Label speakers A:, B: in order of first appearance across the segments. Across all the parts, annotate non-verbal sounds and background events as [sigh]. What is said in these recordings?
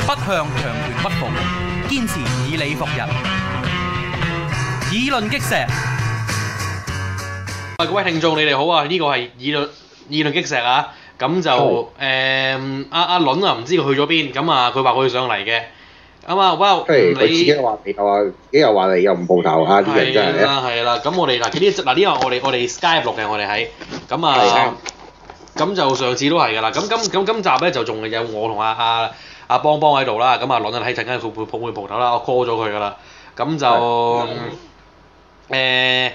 A: 向強權屈服，堅持以理服人，以論擊石。
B: 喂，各位聽眾，你哋好啊！呢、個係議論議論擊石啊！咁就
C: 係
B: 誒阿阿倫啊，唔知佢去咗邊，咁啊佢話佢上嚟嘅。咁啊，哇！
C: 即係佢自己
B: 你
C: 又話你又話，自己又話你又唔報頭啊！啲人真係
B: 啦係啦，咁我哋嗱呢嗱呢個我哋我哋 Skype 錄嘅，我哋喺咁啊，咁就上次都係㗎啦。咁今咁今集咧就仲有我同阿阿阿邦邦喺度啦。咁啊，倫啊喺陣間佢會會鋪頭啦，我 call 咗佢㗎啦。咁就誒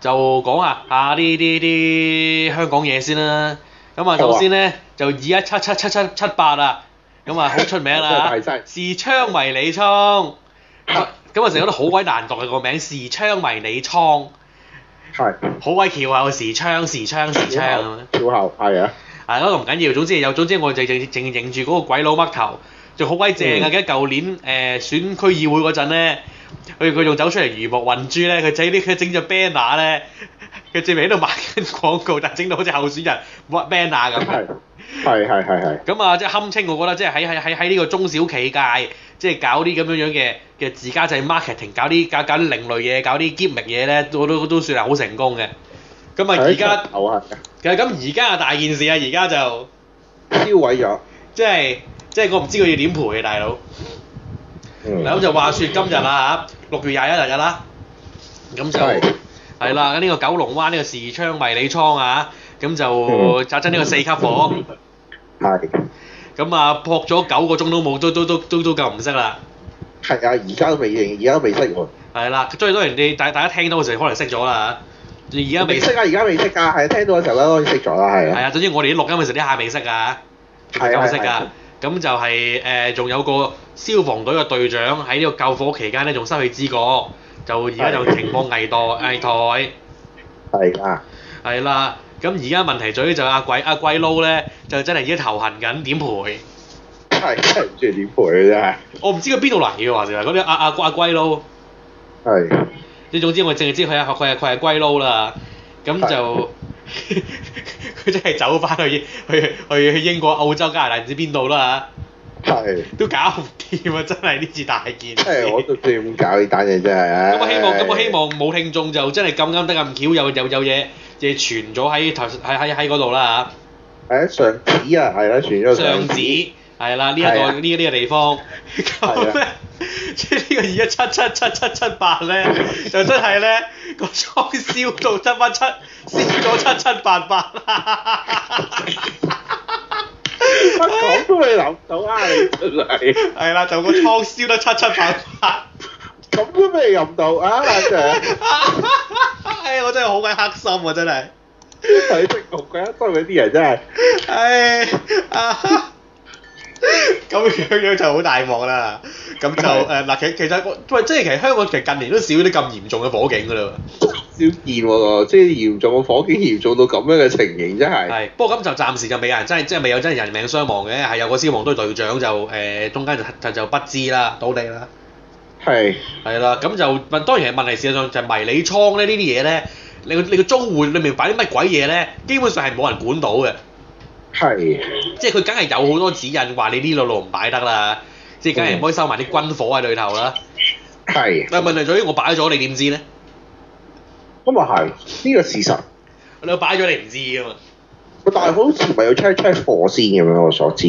B: 就講下下啲啲啲香港嘢先啦。咁啊，
C: 好啊
B: 首先咧就二一七七七七七八啊，咁啊好出名啦
C: [laughs] 真係大，
B: 視窗迷你
C: [laughs]
B: 倉。咁啊咁啊，成日都好鬼難讀嘅個名，時昌迷你倉，
C: 係
B: 好鬼翹啊！個時昌時昌時昌咁樣。
C: 小後係啊，
B: 啊，嗰個唔緊要，總之有，總之我就淨淨認住嗰個鬼佬嘜頭，仲好鬼正啊！
C: 嗯
B: 記得舊年誒選區議會嗰陣咧，佢佢仲走出嚟魚目混珠咧，佢整啲佢整咗 banner 咧，佢證明喺度賣緊廣告，但係整到好似候選人 banner 咁啊
C: 係。係係係係
B: 咁啊，即係堪稱我覺得即係喺喺喺喺呢個中小企界，即係搞啲咁樣樣嘅嘅自家製 marketing，搞啲搞搞啲另類嘢，搞啲 gimmick 嘢咧，都都都算係好成功嘅。咁啊，而家
C: 頭係
B: 其實咁而家啊大件事啊，而家就〜
C: 燒毀咗，
B: 即係即係我唔知佢要點賠嘅大佬。
C: 嗯
B: 嗱咁就話説今日啊嚇，六月廿一日日啦，咁就
C: 係
B: 係啦，呢、個九龍灣呢個時昌迷你倉啊，咁就
C: 嗯
B: 扎真呢個四級火，
C: 係
B: 咁啊撲咗九個鐘都冇，都都都都都夠唔識啦。
C: 係啊！而家都未認，而家都未識喎，
B: 係啦，當然當然你大大家聽到嘅時候可能識咗啦嚇，而家未
C: 識
B: 識
C: 啊！而家未識㗎，係聽到嘅時候咧開始識咗啦，係
B: 係
C: 啊，
B: 啊，總之我哋啲錄音嘅時候啲下未識啊，
C: 係
B: 夠
C: 啊
B: 唔識啊？咁就係、誒，仲、有個消防隊嘅隊長喺呢個救火期間咧，仲失去知覺，就而家就情況危殆危殆，
C: 係啊，
B: 係啦。咁而家問題最就阿鬼阿鬼佬咧，就真係而家頭痕緊點賠。
C: 係真係唔知點賠啊！
B: 我唔知佢邊度嚟嘅話，其實嗰啲阿阿阿鬼佬，
C: 真係係
B: 你總之我淨係知佢係佢係佢係鬼佬啦。咁就 [laughs] 佢真係走翻去去去去英國、澳洲、加拿大唔知邊度啦
C: 係，
B: 都搞唔掂啊！真係呢次大件事。
C: 即係我都唔知點搞呢單嘢真係，唉
B: 咁我希望，咁我希望冇聽眾就真係咁啱得咁巧，有有有嘢嘢傳咗喺頭喺喺喺嗰度啦
C: 係啊上址啊，係啦，傳
B: 嚇，
C: 咗
B: 上
C: 上
B: 址係啦，呢一
C: 係
B: 個
C: 啊
B: 呢呢個地方，咁
C: 係
B: 咧
C: 啊
B: [laughs] 即係呢個二一七七七七七八咧，
C: [laughs]
B: 就真係咧個倉燒到七八七，燒咗七七八
C: [laughs]
B: 八
C: 乜講都未諗到啊！ [laughs] 你真係
B: 係啦，就個倉燒得七七八八，
C: 咁都未諗到啊！真係
B: 唉，我真係好鬼黑心啊，真係。
C: 睇識同佢一堆嗰啲人真係，
B: 唉啊！ [laughs] 咁樣樣就好大鑊啦。咁就誒
C: 係
B: 嗱，其其實我喂，即係其實香港其實近年都少啲咁嚴重嘅火警㗎啦喎。
C: 少見喎，即係嚴重嘅火警嚴重到咁樣嘅情形真係，
B: 係，不過咁就暫時就未有人真係即係未有真係人命傷亡嘅，係有個消防隊隊長就誒、中間就就就不知啦，倒地啦。
C: 係
B: 係啦，咁就問當然係問題，事實上就係迷你倉咧呢啲嘢咧，你個你個租戶裏面擺啲乜鬼嘢咧，基本上係冇人管到嘅。
C: 係
B: 即係佢梗係有好多指引話你呢度路唔擺得啦，即係梗係唔可以收埋啲軍火喺裏頭啦。
C: 係，
B: 但係問題在於我擺咗，你點知咧？
C: 咁啊係呢個事實。
B: 你擺咗你唔知啊噶嘛？
C: 但係好似唔係要 check check 貨先咁樣，我所知，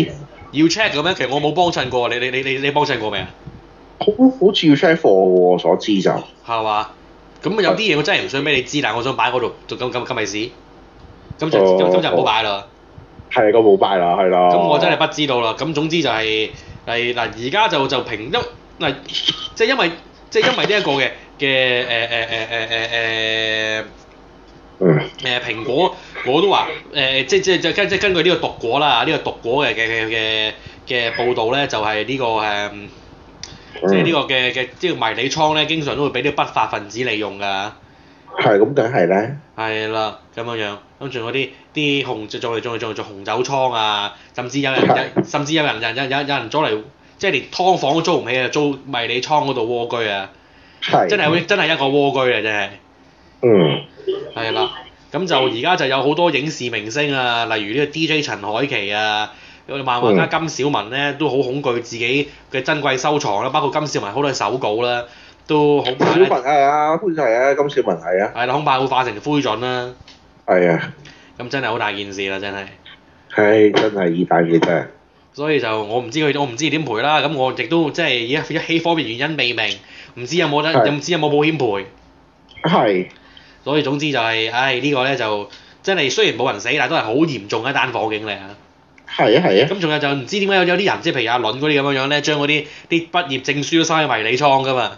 B: 要 check 嘅咩？其實我冇幫襯過，你你你你你幫襯過未啊？
C: 好好似要 check 貨喎，我所知就
B: 係嘛？咁有啲嘢我真係唔想俾你知，但係我想擺嗰度，就咁咁咁咪屎。咁就咁咁就唔好擺啦。
C: 係個冇拜啦，係啦。
B: 咁我真係不知道啦。咁總之就係係嗱，而家就就平因嗱，即係因為即係因為呢一個嘅嘅誒誒誒誒誒誒。
C: 嗯
B: 誒、蘋果，我都話誒、即即即根即根據呢個毒果啦，呢、個毒果嘅嘅嘅嘅嘅報導咧，就係、呢、個誒、
C: 嗯
B: 即係呢個嘅嘅即係迷你倉咧，經常都會俾啲不法分子利用㗎，
C: 係咁，梗係咧，
B: 係啦，咁樣樣，咁仲有啲啲紅仲仲仲仲仲紅酒倉啊，甚至有人有甚至有人有人有有人租嚟，即係連劏房都租唔起啊，租迷你倉嗰度蝸居啊，
C: 係
B: 真係好真係一個蝸居啊，真係。
C: 嗯
B: 係啦，咁就而家就有好多影視明星啊，例如呢個 DJ 陳凱琪啊，我哋漫畫家
C: 嗯
B: 金小文咧都好恐懼自己嘅珍貴收藏啦，包括金小文好多手稿啦，都好
C: 小文係啊，潘係啊，金小文係啊，
B: 係啦，恐怕會化成灰燼啦。
C: 係啊，
B: 咁真係好大件事啦，真係。
C: 唉，真係意大利真係。
B: 所以就我唔知佢，我唔知點賠啦。咁我亦都即係一一起方面原因未明，唔知有冇得，
C: 係
B: 又唔知有冇保險賠。
C: 係
B: 所以總之就係、唉、呢個咧就真係雖然冇人死，但係都係好嚴重嘅一單火警嚟啊！
C: 係啊係啊，
B: 咁仲有就唔知點解有有啲人即係譬如阿倫嗰啲咁樣樣咧，將嗰啲啲畢業證書都收喺迷你倉噶嘛，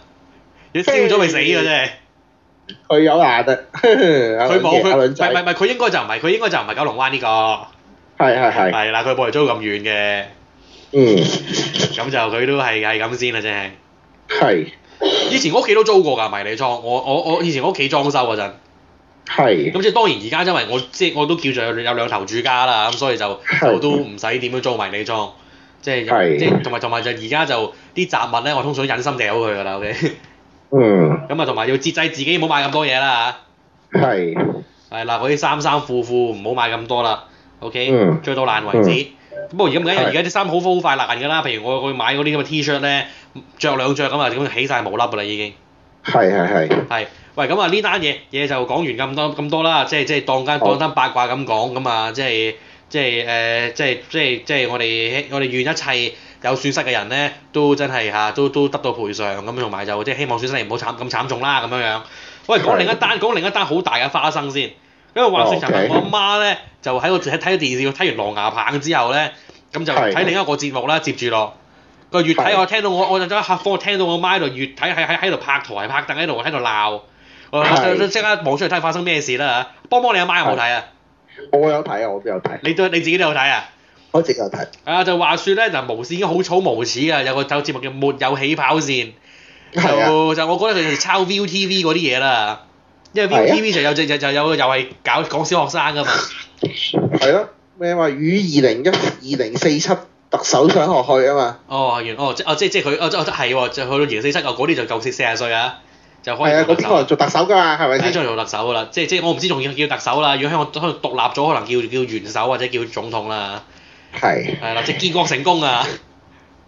B: 如果燒咗咪死㗎真係。
C: 佢有眼啊， [laughs] 佢
B: 佢冇佢，唔
C: 卵
B: 係
C: 仔
B: 唔係，唔係，佢應該就唔係，佢應該就唔係九龍灣呢、個，
C: 係係係，
B: 係啦，佢冇嚟租咁遠嘅，
C: 嗯
B: 咁就佢都係係咁先啦，真係。
C: 係
B: 以前我屋企都租過㗎迷你倉，我我我以前我屋企裝修嗰陣，
C: 係
B: 咁即係當然而家因為我即係我都叫做有有兩頭住家啦，咁所以就
C: 係
B: 就都唔使點樣租迷你倉，即係
C: 係
B: 即係同埋同埋就而家就啲雜物咧，我通常忍心掉佢㗎啦，OK，
C: [laughs] 嗯
B: 咁啊同埋要節制自己唔好買咁多嘢啦
C: 係
B: 嚇，係啦，嗰啲衫衫褲褲唔好買咁多啦，OK，、
C: 嗯
B: 着到爛為止。咁不過而家唔緊要，
C: 係
B: 而家啲衫好好快爛㗎啦。譬如我我買嗰啲咁嘅 T 恤咧，着兩着咁啊，咁起晒毛粒㗎啦已經。
C: 係係係，
B: 係，喂，咁啊呢單嘢嘢就講完咁多咁多啦，即係即係當間
C: 好
B: 當單八卦咁講咁啊，即係即係誒、即係即係即係我哋我哋願一切有損失嘅人咧，都真係嚇、都都得到賠償咁，同埋就即係希望損失你唔好慘咁慘重啦咁樣樣。喂，講
C: 係
B: 另一單講另一單好大嘅花生先，因為話説
C: 哦
B: 尋日
C: OK
B: 我阿媽咧就喺度睇睇電視，睇完狼牙棒之後咧，咁就
C: 係
B: 睇另一個節目啦，接住落。佢越睇
C: 係
B: 我聽到我我就一刻科聽到我媽喺度越睇喺喺喺度拍台拍凳喺度喺度鬧，我
C: 係
B: 我即刻望出嚟睇發生咩事啦嚇！幫幫你阿媽有冇睇啊？
C: 我有睇啊，我都有睇，
B: 你都你自己都有睇啊？
C: 我自己有睇，
B: 啊就話説咧就無線已經好草無恥啊，有個有節目叫沒有起跑線，
C: 係啊
B: 就就我覺得佢哋抄 ViuTV 嗰啲嘢啦，因為
C: 係啊
B: ViuTV 就有隻就就有又係搞講小學生噶嘛，
C: 係咯，咩話與二零一二零四七特首想學去啊嘛，
B: 哦原哦即哦即即佢哦即哦即係喎，就去到二零四七哦嗰啲就夠四四十歲啊，就可以
C: 係啊，
B: 做
C: 嗰
B: 特首
C: 邊個人做特首㗎嘛，係咪
B: 已經
C: 先？
B: 做特首噶啦，即即我唔知仲要叫特首啦。如果香港香港獨立咗，可能叫叫元首或者叫總統啦，
C: 係，
B: 係啦，即建國成功啊，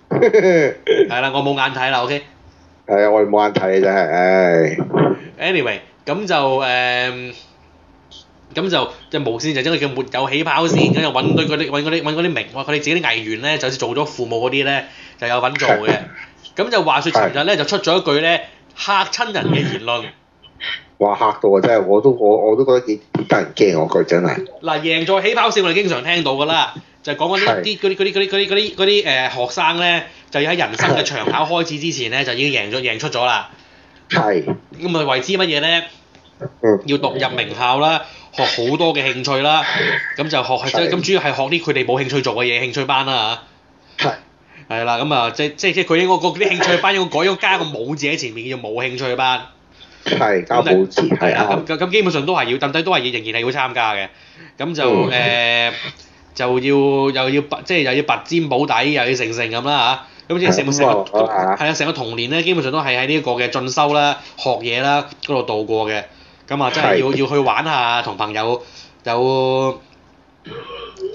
C: 係 [laughs]
B: 係啦，我冇眼睇啦，OK。
C: 啊，我哋冇眼睇啊真係，唉，
B: anyway，咁就誒，嗯咁、就就無線就真係叫沒有起跑線，咁就揾到嗰啲揾嗰啲揾嗰啲名，哇！佢哋自己啲藝員咧，就好似做咗父母嗰啲咧，就有份做嘅。咁就話説尋日咧就出咗一句咧嚇親人嘅言論，
C: 哇嚇到啊我真係，我都我我都覺得幾幾得人驚，我覺得真係，
B: 嗱，贏在起跑線我哋經常聽到㗎 [laughs] 啦，就係講緊啲
C: 係
B: 啲嗰啲嗰啲嗰啲嗰啲嗰啲嗰啲誒學生咧，就要喺人生嘅長跑開始之前咧，就已經贏咗贏出咗啦。
C: 係，
B: 咁啊為之乜嘢咧？
C: 嗯，
B: 要讀入名校啦，學好多嘅興趣啦，咁就學即係
C: 係
B: 咁主要係學啲佢哋冇興趣做嘅嘢，興趣班啦
C: 係，
B: 嚇。係啦，咁啊即即即佢應該嗰啲興趣班應該改咗加個冇字喺前面，叫冇興趣班。
C: 係交報紙，係
B: 啦，咁
C: 啊，
B: 咁咁基本上都係要，但低都係仍然係要參加嘅。咁就誒、
C: 嗯
B: 就要又要拔即係又要拔尖保底，又要成成咁啦嚇。咁即係成個成
C: 咁
B: 個
C: 啊
B: 係啊，成個童年咧，基本上都係喺呢一個嘅進修啦、學嘢啦嗰度度過嘅。咁啊，真係
C: 係
B: 要要去玩下，同朋友有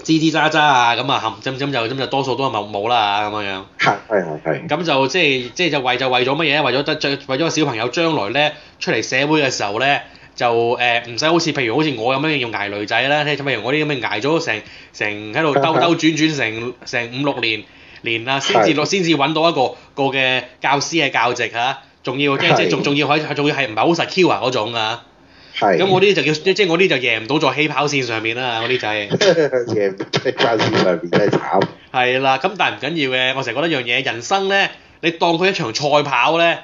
B: 吱吱喳喳啊，咁啊冚咁咁就咁就多數都係冇冇啦咁樣樣。
C: 係係係係，
B: 咁就即係即係就為就為咗乜嘢咧？為咗得著為咗個小朋友將來咧出嚟社會嘅時候咧，就誒唔使好似譬如好似我咁樣要捱女仔啦，即係譬如我啲咁樣捱咗成成喺度兜兜轉轉成成五六年年啊，先至
C: 啊係
B: 先至揾到一個個嘅教師嘅教席嚇，仲要即係即係
C: 係
B: 仲仲要喺仲要係唔係好 secure 啊嗰種啊？
C: 係，
B: 咁我啲就叫即即係我啲就贏唔到在起跑線上面啦，我啲就係。
C: [laughs] 嘢唔喺關事上邊真係慘，
B: 係啦，咁但係唔緊要嘅，我成日覺得一樣嘢，人生咧，你當佢一場賽跑咧，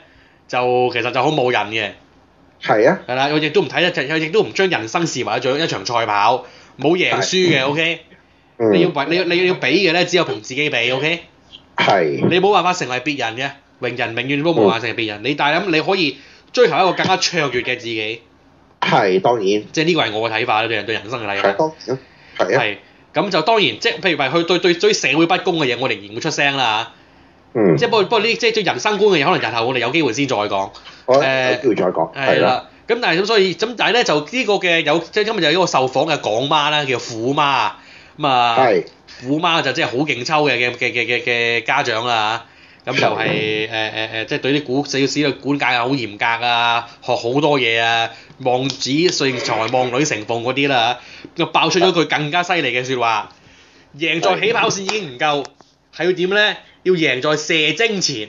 B: 就其實就好冇癮嘅，
C: 係啊，
B: 係啦，我亦都唔睇一隻，亦都唔將人生視為一場一場賽跑，冇贏輸嘅，OK，
C: 嗯，
B: 你要為你要你要比嘅咧，只有同自己比，OK，
C: 係
B: 你冇辦法成為別人嘅，永人永遠都冇辦法成為別人，你但係咁你可以追求一個更加卓越嘅自己，
C: 係當然，
B: 即係呢個係我嘅睇法啦，對人對人生嘅睇
C: 係
B: 法，
C: 當然，係
B: 啊
C: 啊，
B: 係，咁就當然即係譬如話佢對對對社會不公嘅嘢，我仍然會出聲啦
C: 嗯
B: 即，係不過不過呢啲即係對人生觀嘅嘢，可能日後我哋有機會先再講。
C: 我
B: 誒
C: 有機會再講，
B: 係
C: 係啦，
B: 啦。咁但係咁所以咁但係咧就呢個嘅有即係今日有一個受訪嘅港媽啦，叫虎媽，咁啊，
C: 係
B: 虎媽就即係好勁抽嘅嘅嘅嘅嘅嘅家長啦嚇，咁就係誒誒誒，即係對啲股小市嘅管教又好嚴格啊，學好多嘢啊，望子成才，望女成鳳嗰啲啦嚇，就爆出咗句更加犀利嘅説話，贏在起跑線已經唔夠，係要點咧？要贏在射精前。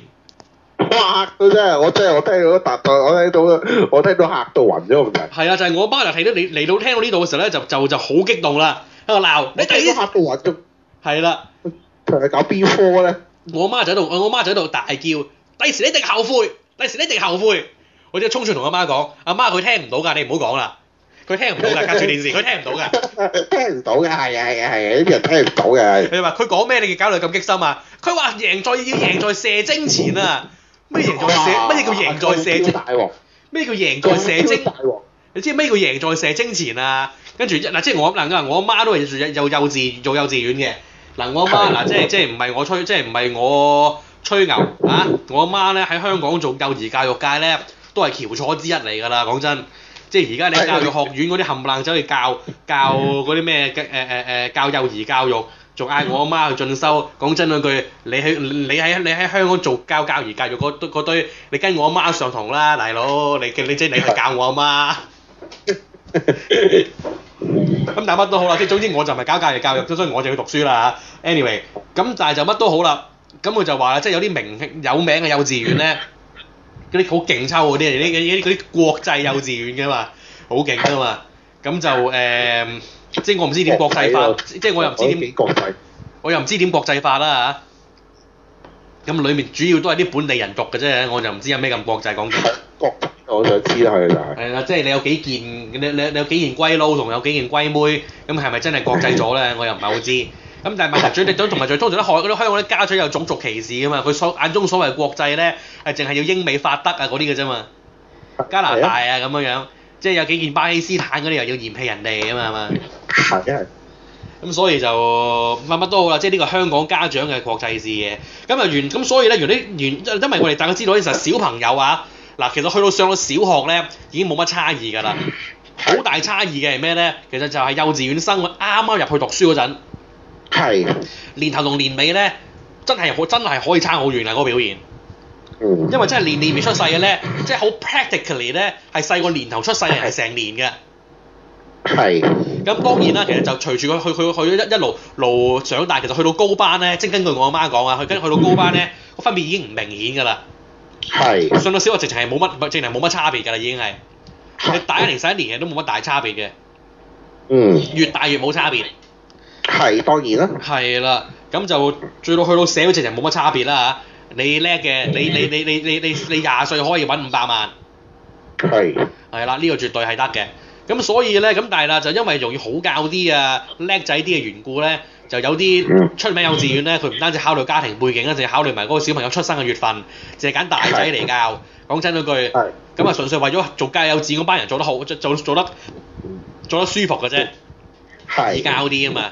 C: 哇！嚇到真係，我真係我聽到答到，我聽到我聽到嚇到暈咗咁滯，
B: 係啊，就係、我班人睇到你嚟到聽到呢度嘅時候咧，就就就好激動啦，喺度鬧你
C: 我聽到
B: 哋
C: 嚇到暈咗，
B: 係啦，
C: 同佢搞邊科咧？
B: 我媽就喺度，我媽就喺度大叫，第時你一定後悔，第時你一定後悔。我即係衝出去同阿媽講，阿媽佢聽唔到㗎，你唔好講啦，佢聽唔到
C: [laughs]
B: 㗎，隔住電視佢聽唔到㗎。
C: 聽唔到嘅，係啊係啊係啊，呢啲人聽唔到嘅。
B: 你話佢講咩？你搞到佢咁激心啊？佢話贏在要贏在射精前啊！咩贏在射？乜嘢叫贏在射
C: 咁 [laughs]
B: 精？
C: 大鑊？
B: 咩叫贏在射精
C: 咁？大鑊？
B: 你知咩叫贏在射精前啊？跟住一嗱，即係我嗱，嗱我阿媽都係做幼幼稚做幼稚園嘅。嗱，我阿媽嗱，即係即係唔係我吹，即係唔係我吹牛啊！我阿媽咧喺香港做幼兒教育界咧，都係翹楚之一嚟㗎啦。講真，即係而家你教育學院嗰啲冚唪唥走去教教嗰啲咩嘅誒誒誒教幼兒教育，仲嗌我阿媽去進修。講真嗰句，你喺你喺你喺香港做教教兒教育嗰嗰堆，你跟我阿媽上堂啦，大佬，你你即係你去教我阿媽。咁但係乜都好啦，即係總之我就唔係搞教育教育，所以我就要讀書啦嚇 Anyway，咁但係就乜都好啦，咁佢就話啦，即係有啲名有名嘅幼稚園咧，嗰啲好勁抽嗰啲，嗰啲嗰啲嗰啲國際幼稚園噶嘛，好勁噶嘛，咁就誒、即係我唔知點國際化，即係我又唔知
C: 我都幾
B: 點，
C: 國際。
B: 我又唔知點國際化啦嚇。咁裡面主要都係啲本地人讀嘅啫，我就唔知有咩咁國際講緊。
C: 國際我想知啦，佢就係。
B: 係啦，即係你有幾件，你你你有幾件龜佬同有幾件龜妹，咁係咪真係國際咗咧？我又唔係好知。咁但係問題最最同埋最通常咧，海嗰啲香港啲家長有種族歧視噶嘛，佢所眼中所謂國際咧，係淨係要英美法德啊嗰啲嘅啫嘛，加拿大啊咁樣樣，即係有幾件巴基斯坦嗰啲又要嫌棄人哋啊嘛，係嘛？
C: 係啊，係啊，
B: 咁所以就乜乜都好啦，即係呢個香港家長嘅國際視野。咁啊原咁所以咧原啲原因為我哋大家知道其實小朋友啊，嗱其實去到上到小學咧已經冇乜差異㗎啦。好大差異嘅係咩咧？其實就係幼稚園生活啱啱入去讀書嗰陣，
C: 係，
B: 年頭同年尾咧，真係好真係可以差好遠啊！嗰、個表現，
C: 嗯，
B: 因為真係年年尾出世嘅咧，即係好 practically 咧係細過年頭出世嘅人係成年嘅。
C: 係，
B: 咁當然啦，其實就隨住佢去去去一一路路長大，其實去到高班咧，即係根據我阿媽講啊，佢跟去到高班咧，個分別已經唔明顯㗎啦。
C: 係，
B: 上到小學直情係冇乜，直情係冇乜差別㗎啦，已經係。你大一年細一年嘅都冇乜大差別嘅，
C: 嗯，
B: 越大越冇差別。
C: 係，當然啦，
B: 係啦，咁就最到去到社會直情冇乜差別啦嚇。你叻嘅，你你你你你你你廿歲可以揾五百萬。
C: 係，
B: 係啦，呢、個絕對係得嘅。咁所以咧，咁但係啦，就因為容易好教啲啊、叻仔啲嘅緣故咧，就有
C: 嗯
B: 啲出名幼稚園咧，佢唔單止考慮家庭背景啦，仲要考慮埋嗰個小朋友出生嘅月份，淨係揀大仔嚟教。講真嗰句，
C: 係，
B: 咁啊純粹為咗做教幼稚嗰班人做得好，做做做得做得舒服嘅啫，易
C: 係，
B: 教啲啊嘛，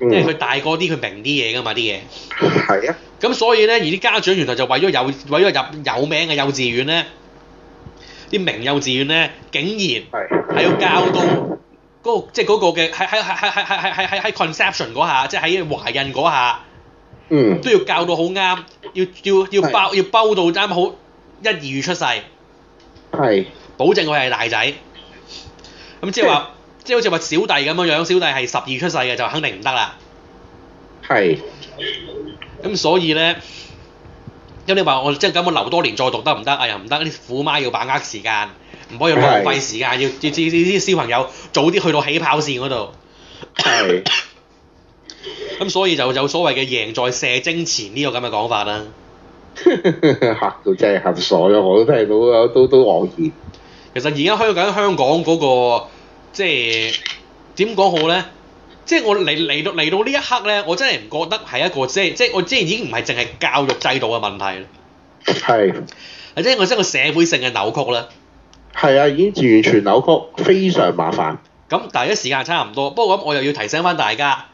B: 因
C: 嗯，
B: 為佢大個啲，佢明啲嘢噶嘛啲嘢。
C: 係啊，
B: 咁所以咧，而啲家長原來就為咗有為咗入有名嘅幼稚園咧，啲名幼稚園咧，竟然〜
C: 係，
B: 係要教到嗰、個即係嗰個嘅喺喺喺喺喺喺喺喺喺 conception 嗰下，即係喺懷孕嗰下
C: 嗯，
B: 都要教到好啱，要要要
C: 係
B: 包要包到啱好一二月出世，
C: 係，
B: 保證佢係大仔。咁即係話，即係好似話小弟咁樣樣，小弟係十二出世嘅就肯定唔得啦。
C: 係，
B: 咁所以咧，咁你話我即係咁，我留多年再讀得唔得？哎呀，唔得！啲虎媽要把握時間，唔可以浪費時間，要要要啲小朋友早啲去到起跑線嗰度。
C: 係，
B: 咁所以就有所謂嘅贏在射精前呢個咁嘅講法啦。
C: [laughs] 嚇到真係嚇傻咗，我都聽到啊，都都愕然，
B: 其實而家香港香港嗰、個即係點講好咧？即係我嚟嚟到嚟到呢一刻咧，我真係唔覺得係一個即係即係我即係已經唔係淨係教育制度嘅問題啦，
C: 係，
B: 係即係我即係個社會性嘅扭曲啦。
C: 係啊，已經完全扭曲，非常麻煩，
B: 咁但係啲時間差唔多，不過咁我又要提醒翻大家，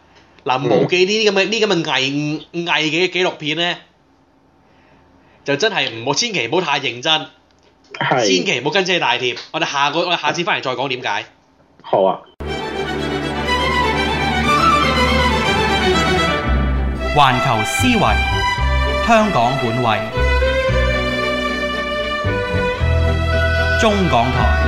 B: 嗱無記呢啲咁嘅呢啲咁嘅偽偽嘅紀錄片咧，就真係唔好千祈唔好太認真。千
C: 係，
B: 祈唔好跟車大貼。我哋下個我
C: 啊
B: 哋下次翻嚟再講點解。
C: 好啊。
A: 環球思維，香港本位，中港台。